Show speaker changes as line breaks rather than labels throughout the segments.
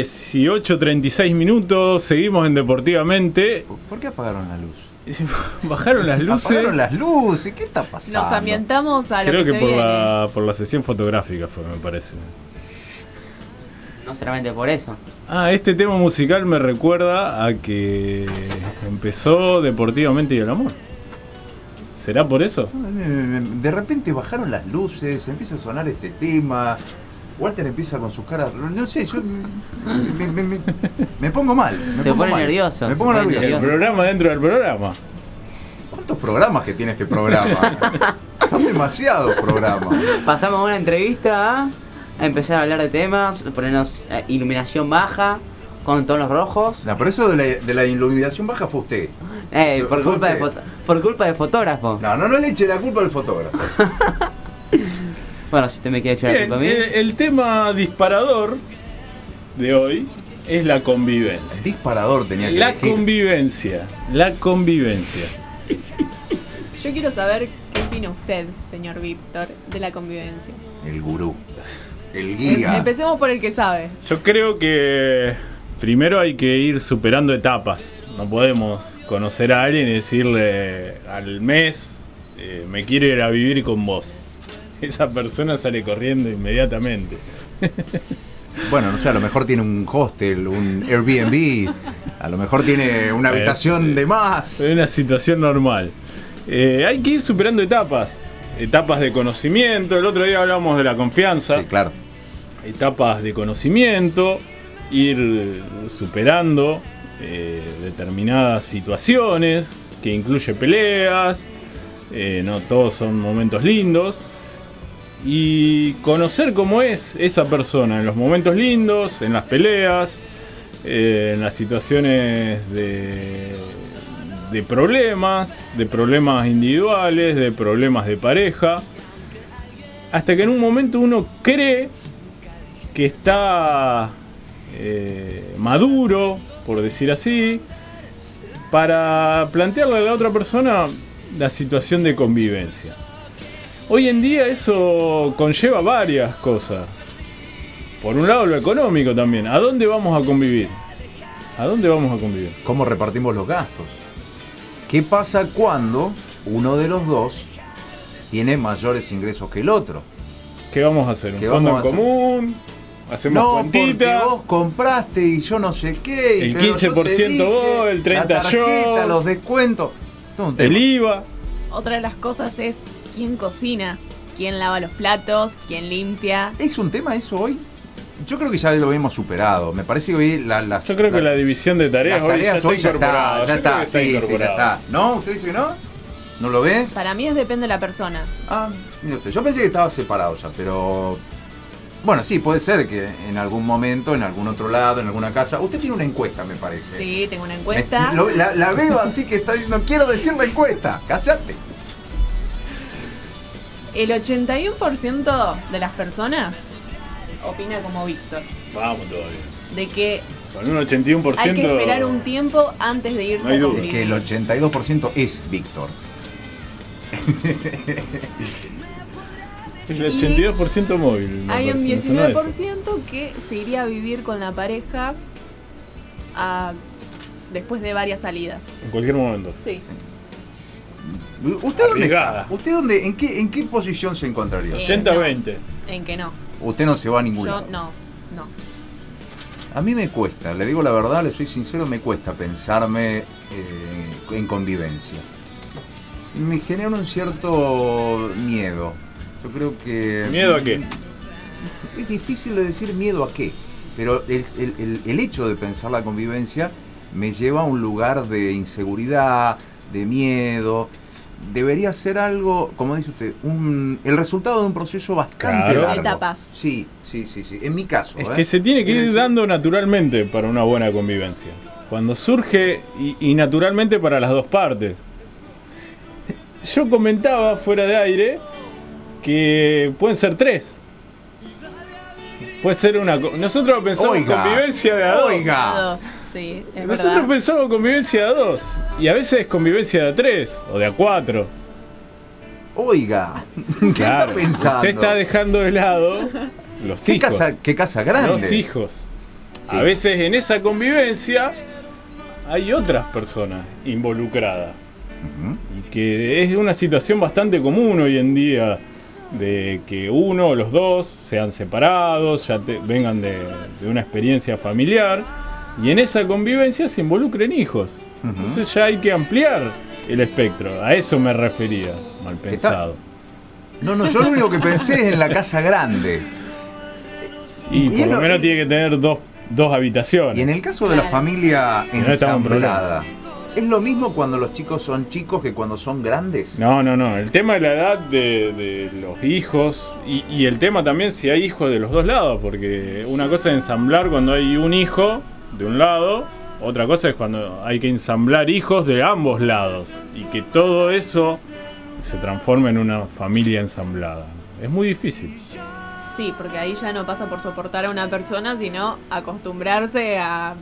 18.36 minutos, seguimos en Deportivamente.
¿Por qué apagaron la luz?
Bajaron las luces.
Apagaron las luces, ¿qué está pasando?
Nos ambientamos a Ah, lo
Creo
que,
que,
se
por,
viene.
la, por la sesión fotográfica fue, me parece.
No solamente por eso.
Ah, este tema musical me recuerda a que empezó Deportivamente y el amor. ¿Será por eso?
Eh, De repente bajaron las luces, empieza a sonar este tema. Walter empieza con sus caras. No sé, yo. Me, me- me- me pongo mal. me
Se
pongo
pone
mal.
nervioso,
Me
se
pongo
pone
nervioso.
El
nervioso.
programa dentro del programa.
¿Cuántos programas que tiene este programa? Son demasiados programas.
Pasamos a una entrevista a, a empezar a hablar de temas, ponernos eh, iluminación baja, con tonos rojos.
No, pero eso de la, de la iluminación baja fue usted.
Eh,
Yo-
por,
yo
culpa de
te-
foto- por culpa de fotógrafo.
No, no, no le eche la culpa al fotógrafo.
Bueno, si usted me quiere echar la
Bien,
culpa a mí.
el, el tema disparador de hoy es la convivencia.
El disparador tenía que
La
elegir.
convivencia. La convivencia.
Yo quiero saber qué opina usted, señor Víctor, de la convivencia.
El gurú. El
Em-
guía.
Empecemos por el que sabe.
Yo creo que primero hay que ir superando etapas. No podemos conocer a alguien y decirle al mes, eh, me quiero ir a vivir con vos. Esa persona sale corriendo inmediatamente.
Bueno, no sé, a lo mejor tiene un hostel, un Airbnb, a lo mejor tiene
Eh,
una habitación de más.
Es una situación normal. Eh, hay que ir superando etapas. Etapas de conocimiento. El otro día hablamos de la confianza.
Sí, claro.
etapas de conocimiento, ir superando eh, determinadas situaciones, que incluye peleas, eh, no todos son momentos lindos, y conocer cómo es esa persona en los momentos lindos, en las peleas, eh, en las situaciones de, de problemas, de problemas individuales, de problemas de pareja, hasta que en un momento uno cree que está eh, maduro, por decir así, para plantearle a la otra persona la situación de convivencia. Hoy en día eso conlleva varias cosas. Por un lado lo económico también. ¿A dónde vamos a convivir? ¿A dónde vamos a convivir?
¿Cómo repartimos los gastos? ¿Qué pasa cuando uno de los dos tiene mayores ingresos que el otro?
¿Qué vamos a hacer? ¿Un
¿Qué
fondo en
vamos a hacer?
común? ¿Hacemos
No,
cuentita?
porque vos compraste y yo no sé qué. y
El
pero yo te
15%
dije,
vos, el 30%
la tarjeta,
yo.
los descuentos. Todo un tema.
¿El IVA?
Otra de las cosas es quién cocina, quién lava los platos, quién limpia.
¿Es un tema eso hoy? Yo creo que ya lo hemos superado. Me parece que hoy la- las.
Yo creo que la división de tareas,
Las tareas
hoy
hoy
ya está
ya
incorporada. Yo creo que
está, ya está, sí, sí, ya
incorporada.
está. ¿No? ¿Usted dice que no? ¿No lo ve?
Para mí es depende de la persona.
Ah, mire usted, yo pensé que estaba separado ya, pero... Bueno, sí, puede ser que en algún momento, en algún otro lado, en alguna casa... Usted tiene una encuesta, me parece.
Sí, tengo una
Me-
encuesta.
lo- la, la veo así que está diciendo, quiero decir la encuesta. Cállate.
El 81% de las personas opina como Víctor,
Vamos todavía.
de que
Con un 81%.
hay que esperar un tiempo antes de irse
No hay
a
duda.
Es
convivir.
que el 82% es Víctor.
El 82% móvil. me
Hay un
parece, me suena
19% que se iría a vivir con la pareja a- después de varias salidas.
eso. En cualquier momento.
Sí.
¿Usted dónde
Arriesgada.
está? ¿Usted dónde, en qué, en qué posición se encontraría?
Eh,
80-20.
En que no.
Usted no se va a ningún
Yo
lado.
no. No.
A mí me cuesta, le digo la verdad, le soy sincero, me cuesta pensarme eh, en convivencia. Me genera un cierto miedo. Yo creo que...
¿Miedo a qué?
Es difícil de decir miedo a qué, pero el, el- el- el hecho de pensar la convivencia me lleva a un lugar de inseguridad, de miedo. Debería ser algo, como dice usted, un, el resultado de un proceso bastante
Claro.
largo.
Etapas.
Sí, sí, sí, sí. En mi caso.
Es
¿eh?
que se tiene que ir
Quiere decir-
dando naturalmente para una buena convivencia. Cuando surge y, y naturalmente para las dos partes. Yo comentaba fuera de aire que pueden ser tres. Puede ser una. co- Nosotros pensamos en
Oiga,
convivencia de a dos.
Oiga.
Dos, sí. Es
Nosotros
verdad.
pensamos convivencia de a dos. Y a veces convivencia de a tres o de a cuatro.
Oiga, ¿qué
Claro,
está pensando?
Usted está dejando de lado los
¿Qué
hijos.
casa, qué casa grande?
Los hijos.
Sí.
A veces en esa convivencia hay otras personas involucradas.
Ujú.
Y que es una situación bastante común hoy en día de que uno o los dos sean separados, ya te- vengan de, de una experiencia familiar y en esa convivencia se involucren hijos.
Ujú.
Entonces ya hay que ampliar el espectro. A eso me refería, mal pensado.
No, no, yo lo único que pensé es en la casa grande.
Y
Y
por
en
lo
lo-
menos tiene que tener dos, dos habitaciones.
Y en el caso de la
Claro.
familia
no estaba en
ensamblada, ¿es lo mismo cuando los chicos son chicos que cuando son grandes?
No, no, no. El tema de la edad de, de los hijos y, y el tema también si hay hijos de los dos lados, porque una cosa es ensamblar cuando hay un hijo de un lado, otra cosa es cuando hay que ensamblar hijos de ambos lados y que todo eso se transforme en una familia ensamblada. Es muy difícil.
Sí, porque ahí ya no pasa por soportar a una persona, sino acostumbrarse a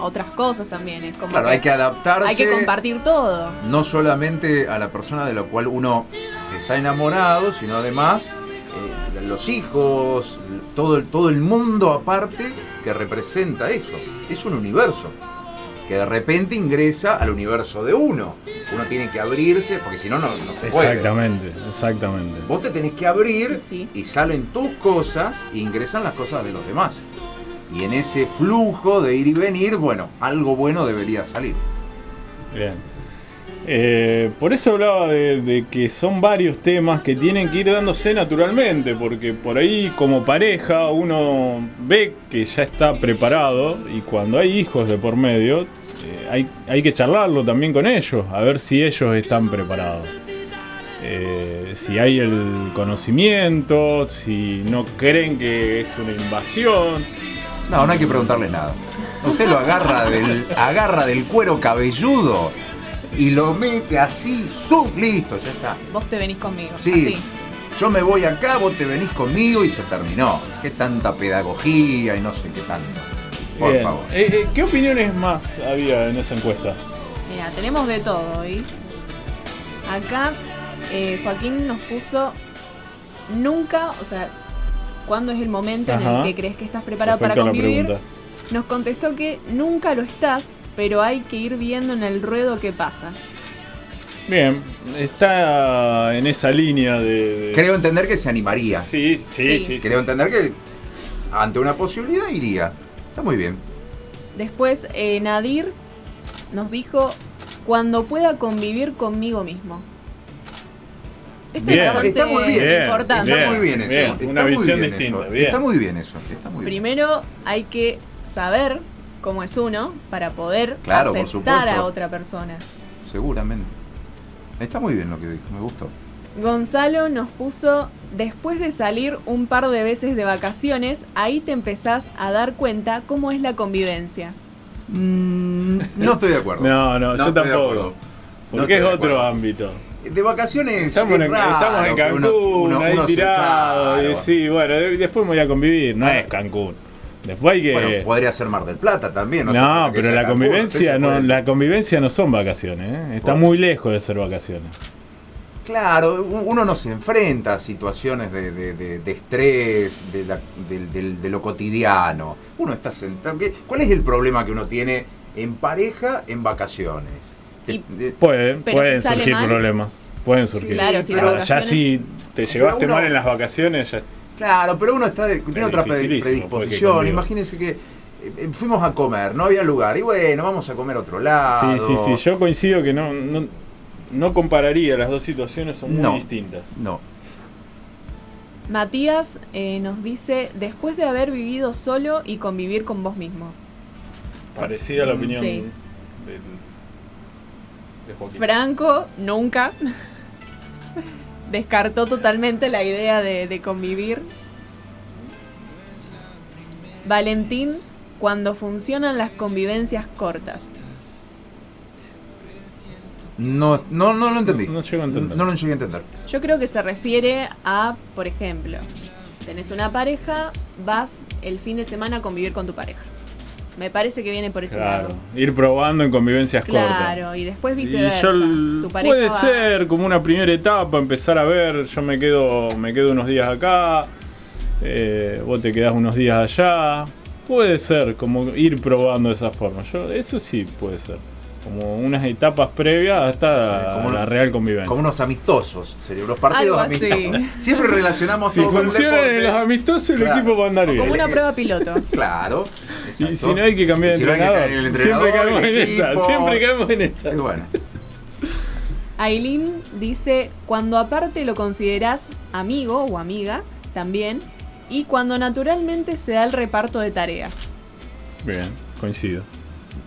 otras cosas también. Es como
Claro, hay que adaptarse.
hay que compartir todo.
no solamente a la persona de la cual uno está enamorado, sino además eh, los hijos, todo el, todo el mundo aparte que representa eso. Es un universo que de repente ingresa al universo de uno. Uno tiene que abrirse, porque si no, no, no se puede.
Exactamente, exactamente.
Vos te tenés que abrir
Sí.
y salen tus cosas e ingresan las cosas de los demás. Y en ese flujo de ir y venir, bueno, algo bueno debería salir.
Bien. Eh, por eso hablaba de, de que son varios temas que tienen que ir dándose naturalmente, porque por ahí como pareja uno ve que ya está preparado y cuando hay hijos de por medio eh, hay, hay que charlarlo también con ellos, a ver si ellos están preparados. Eh, si hay el conocimiento, si no creen que es una invasión.
No, no hay que preguntarle nada. Usted lo agarra del, agarra del cuero cabelludo y lo mete así, ¡zum! listo, ya está.
Vos te venís conmigo.
Sí.
así.
Yo me voy acá, vos te venís conmigo y se terminó. Qué tanta pedagogía y no sé qué tanto. Por
Bien.
favor.
Eh, eh, ¿Qué opiniones más había en esa encuesta?
Mira, tenemos de todo hoy. Acá eh, Joaquín nos puso nunca, o sea, ¿cuándo es el momento en
Ajá.
el que crees que estás preparado
Respecto
para
a la
convivir?
pregunta.
Nos contestó que nunca lo estás, pero hay que ir viendo en el ruedo qué pasa.
Bien, está en esa línea de. de-
Creo entender que se animaría.
Sí, sí, sí.
Sí.
sí,
Creo
sí.
entender que ante una posibilidad iría. Está muy bien.
Después eh, Nadir nos dijo cuando pueda convivir conmigo mismo. Esto
Bien.
es bastante
Está muy bien.
importante.
Está muy bien eso.
bien.
Está
Una
muy
visión
bien
distinta,
eso.
bien.
Está muy bien eso. Está muy bien.
Primero hay que saber cómo es uno para poder
Claro, por
aceptar a
supuesto.
otra persona.
Seguramente. Está muy bien lo que dijo, me gustó.
Gonzalo nos puso, después de salir un par de veces de vacaciones, ahí te empezás a dar cuenta cómo es la convivencia.
Mm, no estoy de acuerdo.
No, no, yo
estoy de
tampoco.
acuerdo. No
Porque es
estoy de
otro
acuerdo.
ámbito.
De vacaciones.
Estamos,
es
en,
raro
estamos en
que
Cancún,
uno- uno-
ahí
uno se-
tirado. y
claro.
sí, bueno, de- después me voy a convivir. No
Claro.
es Cancún. Después hay que.
Bueno, podría ser Mar del Plata también.
no,
hace falta que
pero
sea
la
Cancún,
convivencia,
usted se
no,
puede-
la convivencia no son vacaciones. ¿eh? Está
Bueno.
muy lejos de ser vacaciones.
Claro, u- uno no se enfrenta a situaciones de, de- de- de estrés, de, la- del- del- de lo cotidiano. Uno está sentado. ¿qué- ¿Cuál es el problema que uno tiene en pareja en vacaciones? Te-
Y-
de-
Pueden,
Pero
pueden
si sale
surgir
mal.
problemas. Pueden surgir.
claro, si
Ahora,
las
ya
vacaciones-
si te llevaste
uno-
mal en las vacaciones, ya
Claro, pero uno está de- tiene
Es
otra pre-
dificilísimo,
predisposición.
porque
Imagínense que eh, eh, fuimos a comer, no había lugar. Y bueno, vamos a comer a otro lado.
Sí, sí, sí. Yo coincido que no, no, no compararía. Las dos situaciones son muy
No.
distintas.
No.
Matías eh, nos dice, después de haber vivido solo y convivir con vos mismo.
Parecida a la
Mm,
opinión
sí.
del- de Joaquín.
Franco nunca descartó totalmente la idea de, de convivir. Valentín, cuando funcionan las convivencias cortas.
No, no, no lo entendí.
No, no llego a entender.
No lo llegué a entender.
Yo creo que se refiere a, por ejemplo, tenés una pareja, vas el fin de semana a convivir con tu pareja. Me parece que viene por ese
Claro.
lado.
Ir probando en convivencias cortas.
Claro, y después viceversa.
Y yo l-
tu pareja
puede
va-
ser como una primera etapa, empezar a ver, yo me quedo, me quedo unos días acá, eh, vos te quedás unos días allá, Puede ser, como ir probando esa forma. Yo, eso sí puede ser. Como unas etapas previas hasta
Como
la
un-
real convivencia.
Como unos amistosos, sería, los partidos
Algo así.
amistosos. Siempre relacionamos
si
todo con el
funcionan en
deporte.
los amistosos, el
Claro.
equipo va a andar
O
bien.
como una prueba piloto.
Claro.
Y
exacto.
si no hay que cambiar de
Si no hay que
entrenador,
cambiar el
siempre
entrenador,
caemos en
el
esa.
equipo.
Siempre caemos en esa.
Y bueno,
Aileen dice, cuando aparte lo considerás amigo o amiga, también, y cuando naturalmente se da el reparto de tareas.
Bien, coincido.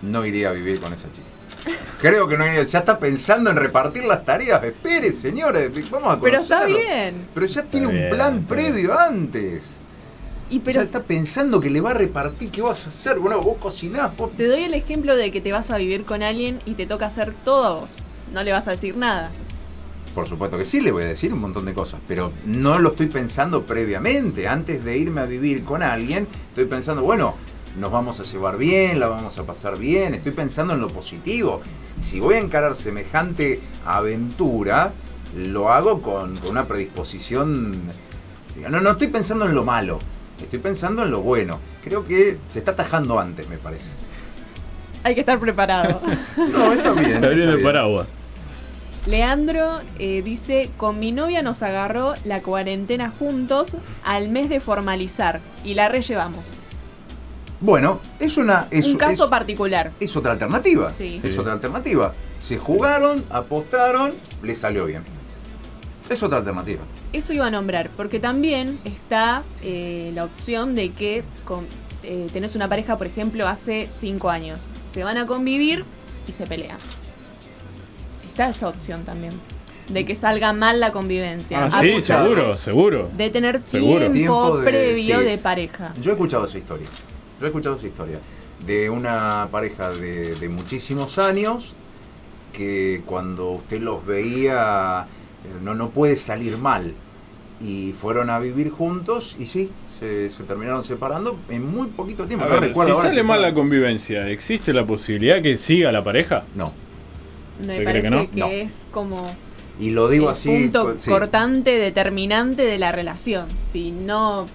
no iría a vivir con esa chica. Creo que no iría. Ya está pensando en repartir las tareas. Espere, señores. Vamos a
Pero está
conocerlo.
bien.
Pero ya tiene
bien,
un plan
está
previo antes.
Y pero
ya está pensando que le va a repartir. ¿Qué vas a hacer? Bueno, vos cocinás. Vos...
te doy el ejemplo de que te vas a vivir con alguien y te toca hacer todo a vos. No le vas a decir nada.
Por supuesto que sí, le voy a decir un montón de cosas, pero no lo estoy pensando previamente. Antes de irme a vivir con alguien, estoy pensando, bueno, nos vamos a llevar bien, la vamos a pasar bien, estoy pensando en lo positivo. Si voy a encarar semejante aventura, lo hago con, con una predisposición... No, no estoy pensando en lo malo, estoy pensando en lo bueno. Creo que se está tajando antes, me parece.
Hay que estar preparado.
No, está bien.
Está bien
está
el
bien.
paraguas.
Leandro eh, dice, con mi novia nos agarró la cuarentena juntos al mes de formalizar y la rellevamos.
Bueno, es una... Es,
Un caso
es-
particular.
es otra alternativa.
Sí.
Es
Sí.
otra alternativa. Se jugaron, apostaron, le salió bien. Es otra alternativa.
Eso iba a nombrar, porque también está eh, la opción de que con- eh, tenés una pareja, por ejemplo, hace cinco años. Se van a convivir y se pelean. Está esa opción también. De que salga mal la convivencia.
Ah,
A
sí,
pesar
seguro, seguro.
De tener
Seguro.
tiempo,
Tiempo de-
previo
sí.
de pareja.
Yo he escuchado esa historia. Yo he escuchado esa historia. De una pareja de, de muchísimos años que cuando usted los veía eh, no, no puede salir mal. Y fueron a vivir juntos y sí, se, se terminaron separando en muy poquito tiempo.
A
No
ver,
recuerdo
si
ahora
sale mal la
fueron-
convivencia, ¿existe la posibilidad que siga la pareja?
No.
Me
¿Usted cree
parece
que
que,
no?
No.
es como
Y lo digo
el
así.
punto
co- sí.
cortante, determinante de la relación. Si no,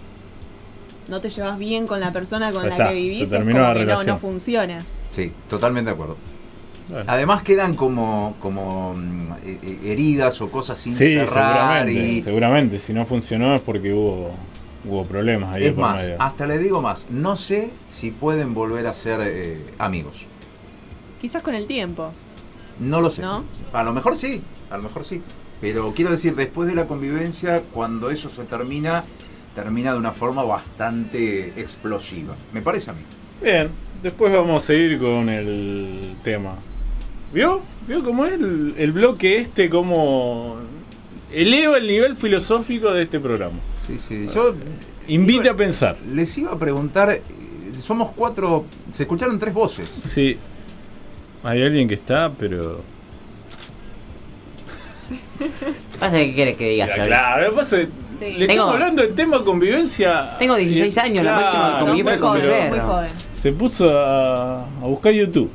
no te llevas bien con la persona con
Ya
la
está,
que vivís,
se
es
terminó
como
la
que no,
relación.
no funciona.
Sí, totalmente de acuerdo.
Bueno,
Además quedan como, como mm, eh, eh, heridas o cosas sin
Sí,
cerrar.
seguramente,
y-
seguramente. Si no funcionó es porque hubo, hubo problemas ahí de
es
por
más,
medio.
hasta le digo más, no sé si pueden volver a ser eh, amigos.
Quizás con el tiempo.
No lo sé.
¿No?
A lo mejor sí, a lo mejor sí. Pero quiero decir, después de la convivencia, cuando eso se termina, termina de una forma bastante explosiva. Me parece a mí.
Bien, después vamos a seguir con el tema. ¿Vio? ¿Vio cómo es el, el bloque este? Cómo eleva el nivel filosófico de este programa.
Sí, sí. Yo
Invita
Iba-
a pensar.
les iba a preguntar, eh, somos cuatro, se escucharon tres voces.
Sí. Hay alguien que está, pero...
Pasa que quieres que diga,
Ya,
Flores?
claro, lo que pasa es-
Sí.
le
Tengo-
estamos hablando del tema convivencia. Eh,
Tengo 16 años, la
Ah,
próxima
Son
conviví
muy
fue con
joven,
Ferro.
muy joven.
Se puso a, a buscar YouTube.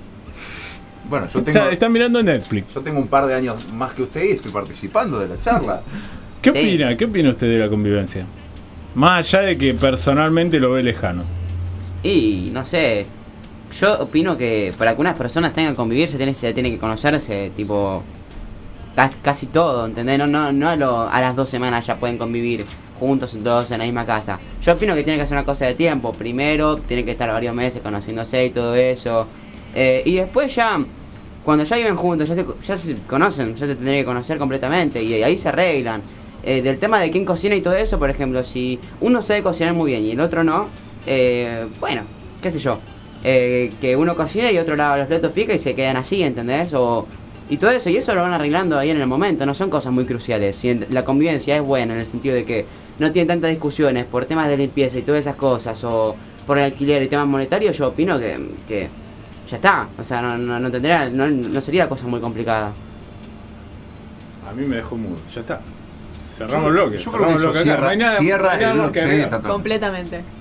Bueno, yo tengo...
Está, está mirando Netflix.
Yo tengo un par de años más que usted y estoy participando de la charla.
¿Qué
Sí.
opina? ¿Qué opina usted de la convivencia? Más allá de que personalmente lo ve lejano.
Y no sé, yo opino que para que unas personas tengan que convivir se tiene, se tiene que conocerse, tipo casi, casi todo, ¿entendés? No, no, no a, lo- a las dos semanas ya pueden convivir juntos todos en la misma casa. Yo opino que tiene que ser una cosa de tiempo. Primero tienen que estar varios meses conociéndose y todo eso. Eh, y después ya, cuando ya viven juntos, ya se, ya se conocen, ya se tendrían que conocer completamente y ahí se arreglan. Eh, del tema de quién cocina y todo eso, por ejemplo, si uno sabe cocinar muy bien y el otro no, eh, bueno, qué sé yo, eh, que uno cocina y otro lava los platos fija y se quedan así, ¿entendés? O, y todo eso, y eso lo van arreglando ahí en el momento, no son cosas muy cruciales. Y en- la convivencia es buena en el sentido de que no tiene tantas discusiones por temas de limpieza y todas esas cosas, o por el alquiler y temas monetarios, yo opino que, que ya está, o sea, no, no, no tendría, no, no sería cosa muy complicada.
A mí me dejó mudo. Ya está.
Yo-
Cerramos el bloque.
yo creo
cerramos
que eso
bloque acá.
cierra-
No hay nada-
cierra
no hay nada
el
más que
bloque,
agregar.
tanto-
Completamente.